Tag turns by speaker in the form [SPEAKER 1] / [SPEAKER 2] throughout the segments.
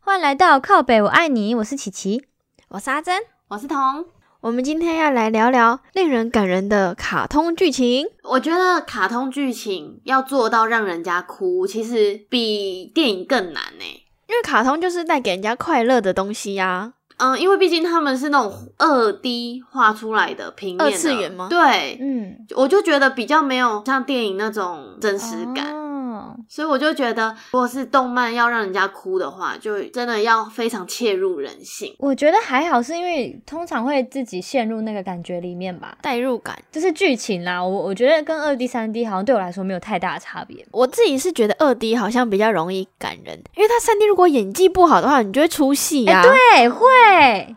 [SPEAKER 1] 欢迎来到靠北，我爱你，我是琪琪。
[SPEAKER 2] 我是阿珍，
[SPEAKER 3] 我是彤。
[SPEAKER 2] 我们今天要来聊聊令人感人的卡通剧情。
[SPEAKER 3] 我觉得卡通剧情要做到让人家哭，其实比电影更难欸呢、
[SPEAKER 2] 因为卡通就是带给人家快乐的东西呀、
[SPEAKER 3] 嗯，因为毕竟他们是那种二 D 画出来的平面的
[SPEAKER 2] 二次元吗
[SPEAKER 3] 对，
[SPEAKER 1] 嗯，
[SPEAKER 3] 我就觉得比较没有像电影那种真实感，
[SPEAKER 1] 哦
[SPEAKER 3] 所以我就觉得，如果是动漫要让人家哭的话，就真的要非常切入人性。
[SPEAKER 1] 我觉得还好，是因为通常会自己陷入那个感觉里面吧。
[SPEAKER 2] 代入感。
[SPEAKER 1] 就是剧情啦，我我觉得跟二 D、三 D 好像对我来说没有太大的差别。
[SPEAKER 2] 我自己是觉得二 D 好像比较容易感人，因为他三 D 如果演技不好的话，你就会出戏
[SPEAKER 1] 哎
[SPEAKER 2] 呀、
[SPEAKER 1] 对，会，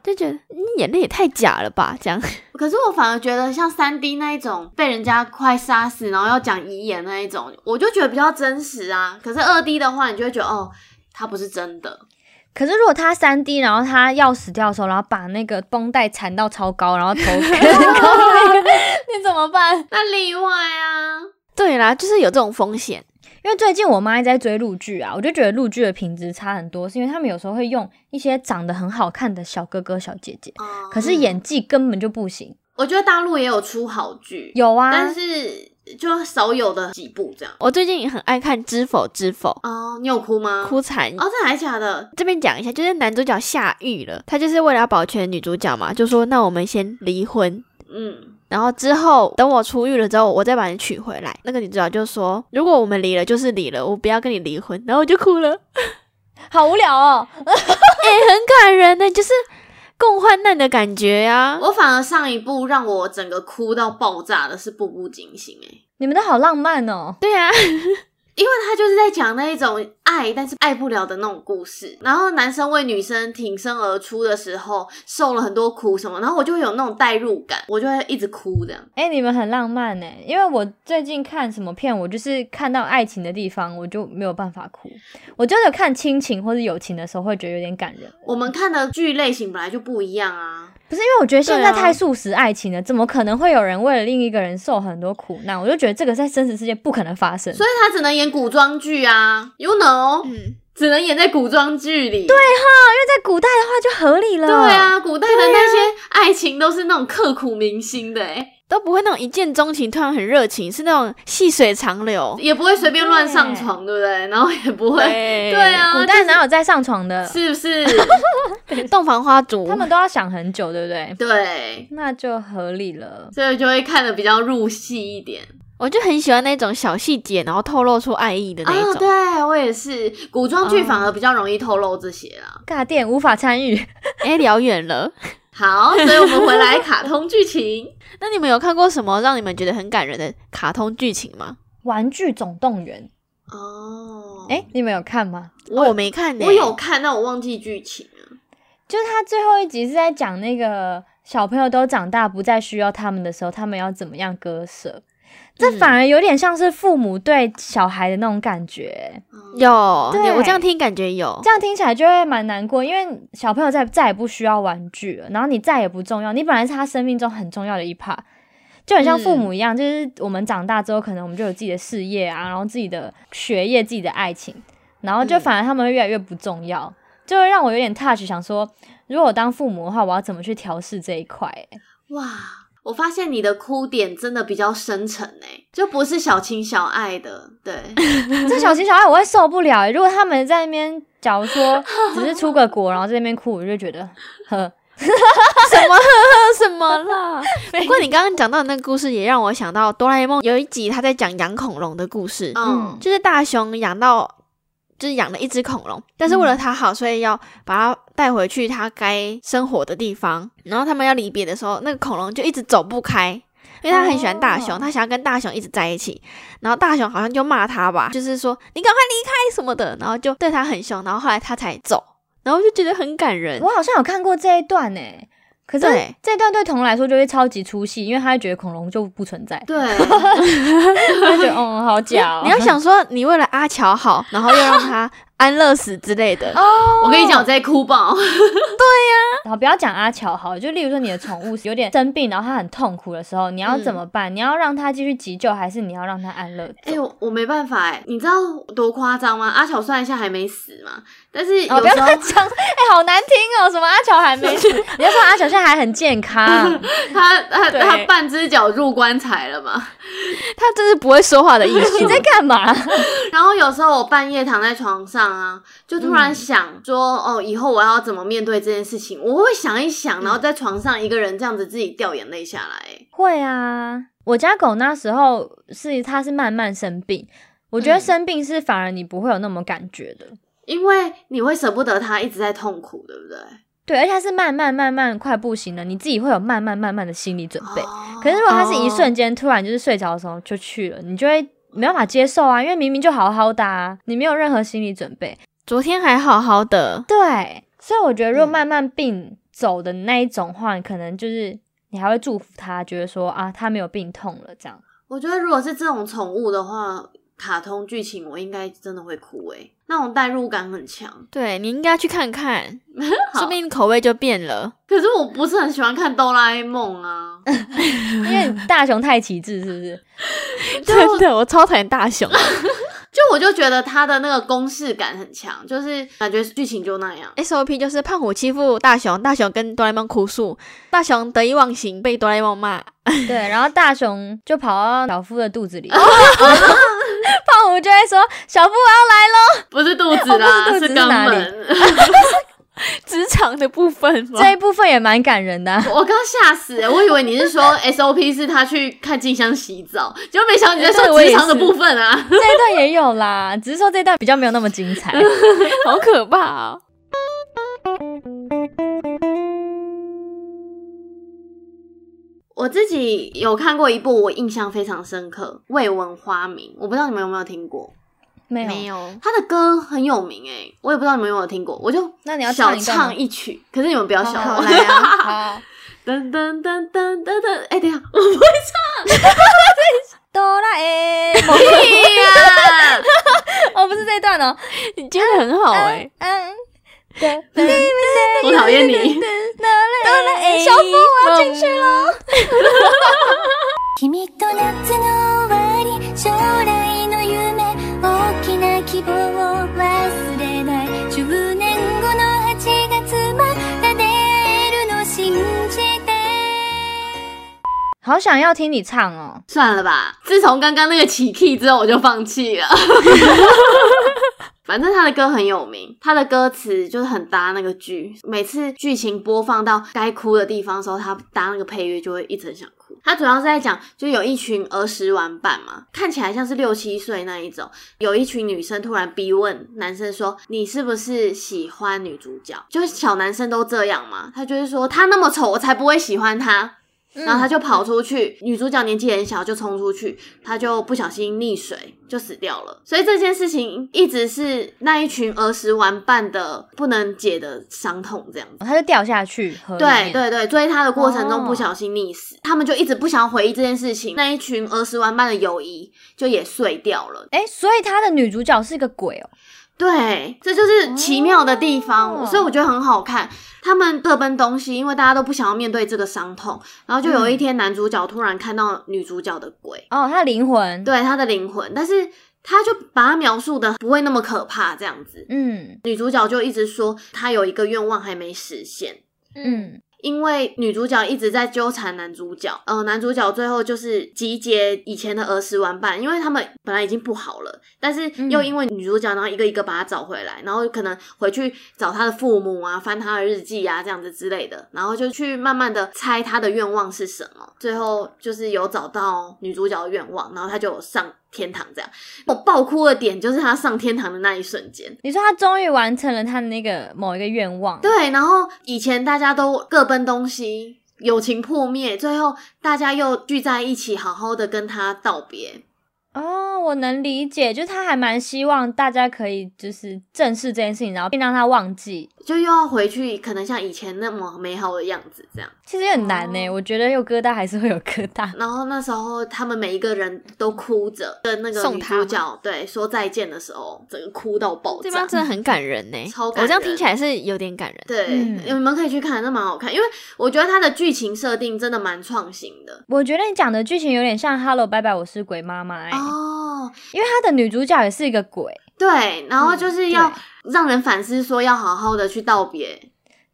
[SPEAKER 2] 对，就觉得嗯你演的也太假了吧，这样。
[SPEAKER 3] 可是我反而觉得，像三 D 那一种被人家快杀死，然后要讲遗言那一种，我就觉得比较真实啊。可是二 D 的话，你就会觉得哦，它不是真的。
[SPEAKER 1] 可是如果他三 D，然后他要死掉的时候，然后把那个绷带缠到超高，然后头砍 高，你怎么办？
[SPEAKER 3] 那例外啊，
[SPEAKER 2] 对啦，就是有这种风险。
[SPEAKER 1] 因为最近我妈一直在追陆剧啊，我就觉得陆剧的品质差很多，是因为他们有时候会用一些长得很好看的小哥哥、小姐姐，
[SPEAKER 3] 哦
[SPEAKER 1] 可是演技根本就不行。
[SPEAKER 3] 我觉得大陆也有出好剧，、
[SPEAKER 1] 有啊，
[SPEAKER 3] 但是就少有的几部这样。
[SPEAKER 2] 我最近也很爱看《知否知否
[SPEAKER 3] 哦，你有哭吗？》，
[SPEAKER 2] 哭惨。
[SPEAKER 3] 哦，真的还假的？
[SPEAKER 2] 这边讲一下，就是男主角下狱了，他就是为了要保全女主角嘛，就说那我们先离婚，
[SPEAKER 3] 嗯，
[SPEAKER 2] 然后之后等我出狱了之后，我再把你娶回来。那个女主角就说，如果我们离了就是离了，我不要跟你离婚。然后我就哭了，
[SPEAKER 1] 好无聊哦。
[SPEAKER 2] 哎感人呢，就是共患难的感觉啊。
[SPEAKER 3] 我反而上一部让我整个哭到爆炸的是《步步惊心》哎。
[SPEAKER 1] 你们都好浪漫哦。
[SPEAKER 2] 对啊，
[SPEAKER 3] 因为他就是在讲那一种爱，但是爱不了的那种故事。然后男生为女生挺身而出的时候，受了很多苦什么，然后我就会有那种代入感，我就会一直哭这样。
[SPEAKER 1] 哎、你们很浪漫呢，因为我最近看什么片，我就是看到爱情的地方，我就没有办法哭。我就是有看亲情或者友情的时候，会觉得有点感人。
[SPEAKER 3] 我们看的剧类型本来就不一样啊，
[SPEAKER 1] 不是因为我觉得现在
[SPEAKER 2] 对啊
[SPEAKER 1] 太素食爱情了，怎么可能会有人为了另一个人受很多苦难？我就觉得这个在真实世界不可能发生。
[SPEAKER 3] 所以他只能演古装剧啊，you know，
[SPEAKER 2] 嗯，
[SPEAKER 3] 只能演在古装剧里。对
[SPEAKER 1] 在古代的话就合理了。
[SPEAKER 3] 对，啊，古代的那些爱情都是那种刻骨铭心的、欸，
[SPEAKER 2] 都不会那种一见钟情，突然很热情，是那种细水长流。
[SPEAKER 3] 也不会随便乱上床，对不对？然后也不会，
[SPEAKER 2] 对
[SPEAKER 3] 对，啊，
[SPEAKER 1] 古代哪有在上床的？
[SPEAKER 3] 是不是？
[SPEAKER 2] 啊洞房花烛，
[SPEAKER 1] 他们都要想很久，对不对？
[SPEAKER 3] 对，
[SPEAKER 1] 那就合理了。
[SPEAKER 3] 所以就会看的比较入戏一点。
[SPEAKER 2] 我就很喜欢那种小细节，然后透露出爱意的那一
[SPEAKER 3] 啊，
[SPEAKER 2] 种。
[SPEAKER 3] 对我也是，古装剧
[SPEAKER 2] 哦
[SPEAKER 3] 反而比较容易透露这些啦。
[SPEAKER 1] 尬电无法参与，
[SPEAKER 2] 哎、聊远了。
[SPEAKER 3] 好，所以我们回来卡通剧情。
[SPEAKER 2] 那你们有看过什么让你们觉得很感人的卡通剧情吗？
[SPEAKER 1] 玩具总动员，
[SPEAKER 3] 哦
[SPEAKER 1] 哎、你们有看吗？
[SPEAKER 2] 哦我没看、呢。
[SPEAKER 3] 哎我有看，但我忘记剧情了。
[SPEAKER 1] 就是他最后一集是在讲那个小朋友都长大不再需要他们的时候，他们要怎么样割舍。这
[SPEAKER 2] 嗯
[SPEAKER 1] 反而有点像是父母对小孩的那种感觉，
[SPEAKER 2] 有，
[SPEAKER 1] 对
[SPEAKER 2] 你我这样听感觉有。
[SPEAKER 1] 这样听起来就会蛮难过，因为小朋友再再也不需要玩具了，然后你再也不重要，你本来是他生命中很重要的一 part，就很像父母一样，就是我们长大之后，可能我们就有自己的事业啊，然后自己的学业、自己的爱情，然后就
[SPEAKER 2] 嗯
[SPEAKER 1] 反而他们会越来越不重要，就会让我有点 touch，想说如果我当父母的话，我要怎么去调试这一块、欸
[SPEAKER 3] 哇，我发现你的哭点真的比较深沉诶、就不是小情小爱的。对，
[SPEAKER 1] 这小情小爱我会受不了、欸如果他们在那边，假如说只是出个国，然后在那边哭，我就觉得呵。
[SPEAKER 2] 什么什么啦？不过你刚刚讲到的那个故事，也让我想到哆啦 A 梦有一集他在讲养恐龙的故事，
[SPEAKER 3] 嗯，
[SPEAKER 1] 嗯，
[SPEAKER 2] 就是大雄养到。就是养了一只恐龙，但是为了它好，所以要把它带回去它该生活的地方。然后他们要离别的时候，那个恐龙就一直走不开，因为他很喜欢大
[SPEAKER 1] 哦
[SPEAKER 2] 雄，他想要跟大雄一直在一起。然后大雄好像就骂他吧，就是说你赶快离开什么的，然后就对他很凶。然后后来他才走，然后我就觉得很感人
[SPEAKER 1] 我。好像有看过这一段呢、可是
[SPEAKER 2] 对
[SPEAKER 1] 这一段对童来说就会超级出戏，因为他会觉得恐龙就不存在
[SPEAKER 3] 对，
[SPEAKER 1] 他会觉得嗯好假、哦。
[SPEAKER 2] 你要想说，你为了阿乔好， 然后又让他安乐死之类的，
[SPEAKER 1] 哦，
[SPEAKER 3] 我跟你讲，我在哭爆。
[SPEAKER 1] 好，不要讲阿巧好了，就例如说你的宠物有点生病，然后它很痛苦的时候，你要怎么办？你要让它继续急救，还是你要让它安乐
[SPEAKER 3] 哎、
[SPEAKER 1] 走？
[SPEAKER 3] 我我没办法哎、你知道多夸张吗？阿巧算一下还没死嘛，但是有时
[SPEAKER 1] 哦，
[SPEAKER 3] 候、
[SPEAKER 1] 不要乱讲，哎、好难听哦！什么阿巧还没死？你要说阿巧现在还很健康，
[SPEAKER 3] 他他
[SPEAKER 1] 对
[SPEAKER 3] 他半只脚入棺材了嘛。
[SPEAKER 2] 他真是不会说话的艺
[SPEAKER 1] 你
[SPEAKER 2] 术。
[SPEAKER 1] 在干嘛？
[SPEAKER 3] 然后有时候我半夜躺在床上啊，就突
[SPEAKER 1] 嗯
[SPEAKER 3] 然想说，哦，以后我要怎么面对这件事情？我会想一想，
[SPEAKER 1] 嗯
[SPEAKER 3] 然后在床上一个人这样子自己掉眼泪下来。欸
[SPEAKER 1] 会啊，我家狗那时候是它是慢慢生病，我觉得
[SPEAKER 2] 嗯
[SPEAKER 1] 生病是反而你不会有那么感觉的。
[SPEAKER 3] 因为你会舍不得它一直在痛苦，对不对？
[SPEAKER 1] 对，而且它是慢慢慢慢快不行了，你自己会有慢慢慢慢的心理准备。
[SPEAKER 3] 哦
[SPEAKER 1] 可是如果它是一
[SPEAKER 2] 哦
[SPEAKER 1] 瞬间突然就是睡着的时候就去了，你就会没办法接受啊，因为明明就好好的、啊，你没有任何心理准备。
[SPEAKER 2] 昨天还好好的，
[SPEAKER 1] 对，所以我觉得如果
[SPEAKER 2] 嗯
[SPEAKER 1] 慢慢病走的那一种话，可能就是你还会祝福它，觉得说啊，它没有病痛了这样。
[SPEAKER 3] 我觉得如果是这种宠物的话，卡通剧情我应该真的会哭诶、欸那种代入感很强。
[SPEAKER 2] 对你应该去看 看，
[SPEAKER 3] 好
[SPEAKER 2] 说不定口味就变了。
[SPEAKER 3] 可是我不是很喜欢看哆啦 A 梦 啊，
[SPEAKER 1] 因为大雄太极致是不是？
[SPEAKER 2] 真的，我超讨厌大 熊。
[SPEAKER 3] 就我就觉得它的那个公式感很强，就是感觉剧情就那样。
[SPEAKER 2] SOP 就是胖虎欺负大熊，大熊跟哆啦 A 梦哭诉，大熊得意忘形被哆啦 A 梦骂，
[SPEAKER 1] 对，然后大雄就跑到小夫的肚子里，然后 胖虎就会说：“小夫，我
[SPEAKER 3] 不是肚子啦，
[SPEAKER 1] 哦不是肚子
[SPEAKER 3] 肛
[SPEAKER 1] 是哪里
[SPEAKER 3] 门。
[SPEAKER 2] 职场的部分
[SPEAKER 1] 要来喽！”这一部分也蛮感人的啊、
[SPEAKER 3] 我刚吓死、欸，我以为你 是说 SOP 是他去看静香洗澡，结果没想到你在
[SPEAKER 1] 哎对
[SPEAKER 3] 说
[SPEAKER 1] 我也
[SPEAKER 3] 职
[SPEAKER 1] 是
[SPEAKER 3] 场的部分啊。
[SPEAKER 1] 这一段也有啦，只是说这一段比较没有那么精彩。
[SPEAKER 2] 好可怕哦！
[SPEAKER 3] 我自己有看过一部我印象非常深刻，《未闻花名》，我不知道你们有没有听过，
[SPEAKER 1] 没有，
[SPEAKER 2] 有，
[SPEAKER 3] 他的歌很有名诶、我也不知道你们有没有听过，我就
[SPEAKER 1] 那你要
[SPEAKER 3] 小
[SPEAKER 1] 唱一段吗
[SPEAKER 3] 唱一曲，可是你们不要笑
[SPEAKER 1] 好
[SPEAKER 2] 好。
[SPEAKER 3] 我
[SPEAKER 2] 来啊！
[SPEAKER 1] 好，
[SPEAKER 3] 噔噔噔噔噔噔，哎、等一下，我
[SPEAKER 1] 哆啦 A 梦，
[SPEAKER 3] 屁呀、
[SPEAKER 1] 哦，不是这一段哦。
[SPEAKER 2] 你接的很好哎、
[SPEAKER 1] 嗯，对，
[SPEAKER 3] 我讨厌你。
[SPEAKER 1] 哆啦 A，小 夫，我要进去了。
[SPEAKER 4] 君と夏の終わり将来の夢大きな希望を忘れない10年後の8月まで出会えるの信じて
[SPEAKER 1] 好想要听你唱哦，
[SPEAKER 3] 算了吧，自从刚刚那个起 key 之后，我就放弃了。反正他的歌很有名，他的歌词就是很搭那个剧。每次剧情播放到该哭的地方的时候，他搭那个配乐就会一直很想哭。他主要是在讲，就有一群儿时玩伴嘛，看起来像是六七岁那一种，有一群女生突然逼问男生说：“你是不是喜欢女主角？”就是小男生都这样嘛，他就会说：“他那么丑，我才不会喜欢他。”嗯
[SPEAKER 1] 嗯
[SPEAKER 3] 然后他就跑出去，女主角年纪很小就冲出去，她就不小心溺水就死掉了。所以这件事情一直是那一群儿时玩伴的不能解的伤痛，这样子。
[SPEAKER 1] 嗯他就掉下去呃河里
[SPEAKER 3] 对
[SPEAKER 1] 面。
[SPEAKER 3] 对对，追她的过程中
[SPEAKER 1] 哦
[SPEAKER 3] 不小心溺死，他们就一直不想回忆这件事情，那一群儿时玩伴的友谊就也碎掉了。
[SPEAKER 1] 哎，所以他的女主角是个鬼哦。
[SPEAKER 3] 对，这就是奇妙的地方，
[SPEAKER 1] 哦
[SPEAKER 3] 所以我觉得很好看。他们各奔东西，因为大家都不想要面对这个伤痛，然后就
[SPEAKER 1] 嗯
[SPEAKER 3] 有一天男主角突然看到女主角的鬼，
[SPEAKER 1] 哦，他灵魂。，
[SPEAKER 3] 对他的灵魂，但是他就把它描述的不会那么可怕这样子。
[SPEAKER 1] 嗯
[SPEAKER 3] 女主角就一直说她有一个愿望还没实现，
[SPEAKER 1] 嗯，
[SPEAKER 3] 因为女主角一直在纠缠男主角，呃，男主角最后就是集结以前的儿时玩伴，因为他们本来已经不好了，但是又因为女主角，然后一个一个把他找回来，然后可能回去找他的父母啊，翻他的日记啊，这样子之类的，然后就去慢慢的猜他的愿望是什么，最后就是有找到女主角的愿望，然后他就有上天堂这样。我爆哭的点就是他上天堂的那一瞬间，
[SPEAKER 1] 你说他终于完成了他的那个某一个愿望。
[SPEAKER 3] 对，然后以前大家都各奔东西，友情破灭，最后大家又聚在一起，好好的跟他道别。
[SPEAKER 1] 哦，我能理解，就他还蛮希望大家可以就是正视这件事情，然后并让他忘记。
[SPEAKER 3] 就又要回去，可能像以前那么美好的样子这样。
[SPEAKER 1] 其实也很难呢、
[SPEAKER 3] 哦
[SPEAKER 1] 我觉得有疙瘩还是会有疙瘩。
[SPEAKER 3] 然后那时候他们每一个人都哭着跟那个
[SPEAKER 2] 送
[SPEAKER 3] 女
[SPEAKER 2] 他吗
[SPEAKER 3] 主角对说再见的时候，整个哭到爆
[SPEAKER 2] 这
[SPEAKER 3] 炸
[SPEAKER 2] 帮。真的很感人呢、
[SPEAKER 3] 超感人
[SPEAKER 2] 我这样听起来是有点感人。
[SPEAKER 3] 对，
[SPEAKER 1] 嗯
[SPEAKER 3] 你们可以去看，那蛮好看，因为我觉得它的剧情设定真的蛮创新的。
[SPEAKER 1] 我觉得你讲的剧情有点像《Hello 拜拜我是鬼妈妈、欸》
[SPEAKER 3] 哦，
[SPEAKER 1] 因为他的女主角也是一个鬼，
[SPEAKER 3] 对，
[SPEAKER 2] 嗯
[SPEAKER 3] 然后就是要
[SPEAKER 1] 对
[SPEAKER 3] 让人反思，说要好好的去道别，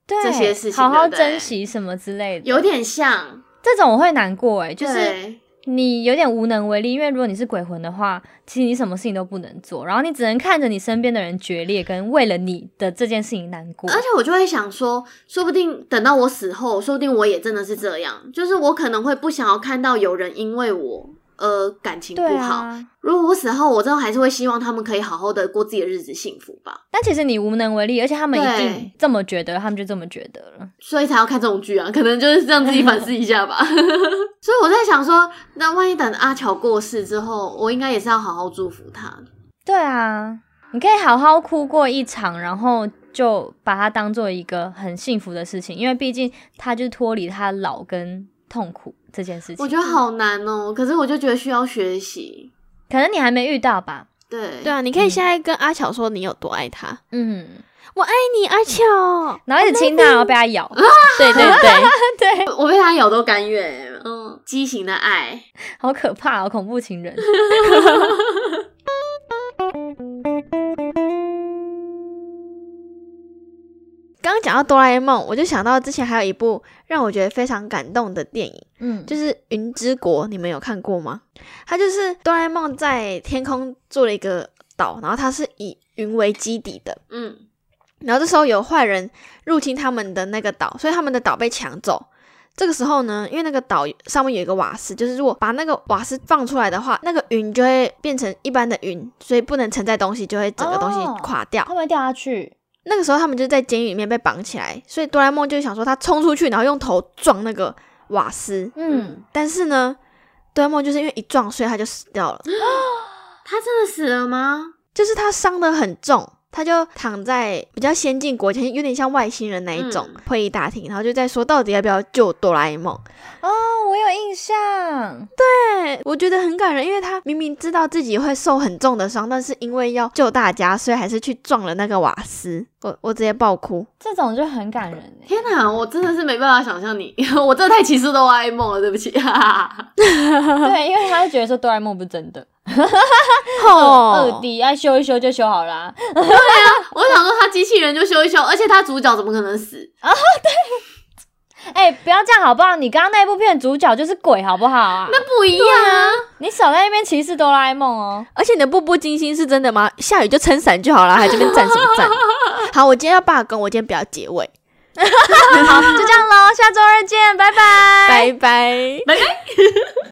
[SPEAKER 1] 对
[SPEAKER 3] 这些事情
[SPEAKER 1] 好好
[SPEAKER 3] 对不对
[SPEAKER 1] 珍惜什么之类的。
[SPEAKER 3] 有点像，
[SPEAKER 1] 这种我会难过哎、就是
[SPEAKER 3] 对
[SPEAKER 1] 你有点无能为力，因为如果你是鬼魂的话，其实你什么事情都不能做，然后你只能看着你身边的人决裂，跟为了你的这件事情难过。
[SPEAKER 3] 而且我就会想说，说不定等到我死后，说不定我也真的是这样，就是我可能会不想要看到有人因为我而感情
[SPEAKER 1] 对
[SPEAKER 3] 不好。
[SPEAKER 1] 啊，
[SPEAKER 3] 如果我死后，我真的还是会希望他们可以好好的过自己的日子，幸福吧。
[SPEAKER 1] 但其实你无能为力，而且他们一定
[SPEAKER 3] 对
[SPEAKER 1] 这么觉得，他们就这么觉得了。
[SPEAKER 3] 所以才要看这种剧啊，可能就是让自己反思一 下吧。所以我在想说，那万一等阿乔过世之后，我应该也是要好好祝福他。
[SPEAKER 1] 对啊，你可以好好哭过一场，然后就把它当做一个很幸福的事情，因为毕竟他就脱离他老跟痛苦这件事情。
[SPEAKER 3] 我觉得好难哦，可是我就觉得需要学习。
[SPEAKER 1] 可能你还没遇到吧。
[SPEAKER 3] 对
[SPEAKER 2] 对啊，你可以现在跟阿巧说你有多爱他，
[SPEAKER 1] 嗯，
[SPEAKER 2] 我爱你，阿巧。
[SPEAKER 1] 然后一直亲他，然后被他 咬。对对对对，
[SPEAKER 3] 我被他咬都甘愿。嗯，畸形的爱。
[SPEAKER 1] 好可怕哦，恐怖情 人。
[SPEAKER 2] 刚刚讲到哆啦 A 梦，我就想到之前还有一部让我觉得非常感动的电影，
[SPEAKER 1] 嗯，就
[SPEAKER 2] 就是《云之国》，你们有看过吗？它就是哆啦 A 梦在天空做了一个岛，然后它是以云为基底的，
[SPEAKER 3] 嗯，
[SPEAKER 2] 然后这时候有坏人入侵他们的那个岛，所以他们的岛被抢走。这个时候呢，因为那个岛上面有一个瓦斯，就是如果把那个瓦斯放出来的话，那个云就会变成一般的云，所以不能承载东西，就会整个东
[SPEAKER 1] 哦
[SPEAKER 2] 西垮掉。
[SPEAKER 1] 他们掉下去。
[SPEAKER 2] 那个时候他们就在监狱里面被绑起来，所以哆啦 A 梦就想说他冲出去，然后用头撞那个瓦斯，
[SPEAKER 1] 嗯，
[SPEAKER 2] 但是呢，哆啦 A 梦就是因为一撞，所以他就死掉了，
[SPEAKER 3] 他真的死了吗？
[SPEAKER 2] 就是他伤得很重。他就躺在比较先进国家，有点像外星人那一种
[SPEAKER 3] 嗯
[SPEAKER 2] 会议大厅，然后就在说到底要不要救哆啦 A 梦。
[SPEAKER 1] 哦，我有印象。
[SPEAKER 2] 对，我觉得很感人，因为他明明知道自己会受很重的伤，但是因为要救大家，所以还是去撞了那个瓦斯。我我直接爆哭。
[SPEAKER 1] 这种就很感人 欸
[SPEAKER 3] 天哪，我真的是没办法想象你， 我真的太歧视哆啦 A 梦了，对不起。 哈哈哈
[SPEAKER 1] 对，因为他就觉得说哆啦 A 梦不是真的，
[SPEAKER 2] 哦
[SPEAKER 1] 二 D 爱修一修就修好啊啦。
[SPEAKER 3] 我想说他机器人就修一修，而且他主角怎么可能死？
[SPEAKER 1] 哎、不要这样好不好？你刚刚那部片的主角就是鬼好不好啊？
[SPEAKER 3] 那不一样啊！
[SPEAKER 1] 你少在那边歧视哆啦 A 梦哦。
[SPEAKER 2] 而且你的步步惊心是真的吗？下雨就撑伞就好了，还这边站什么站？好，我今天要罢工，我今天不要结尾，
[SPEAKER 1] 哎好，就这样喽，下周二见，拜拜。
[SPEAKER 2] 拜拜。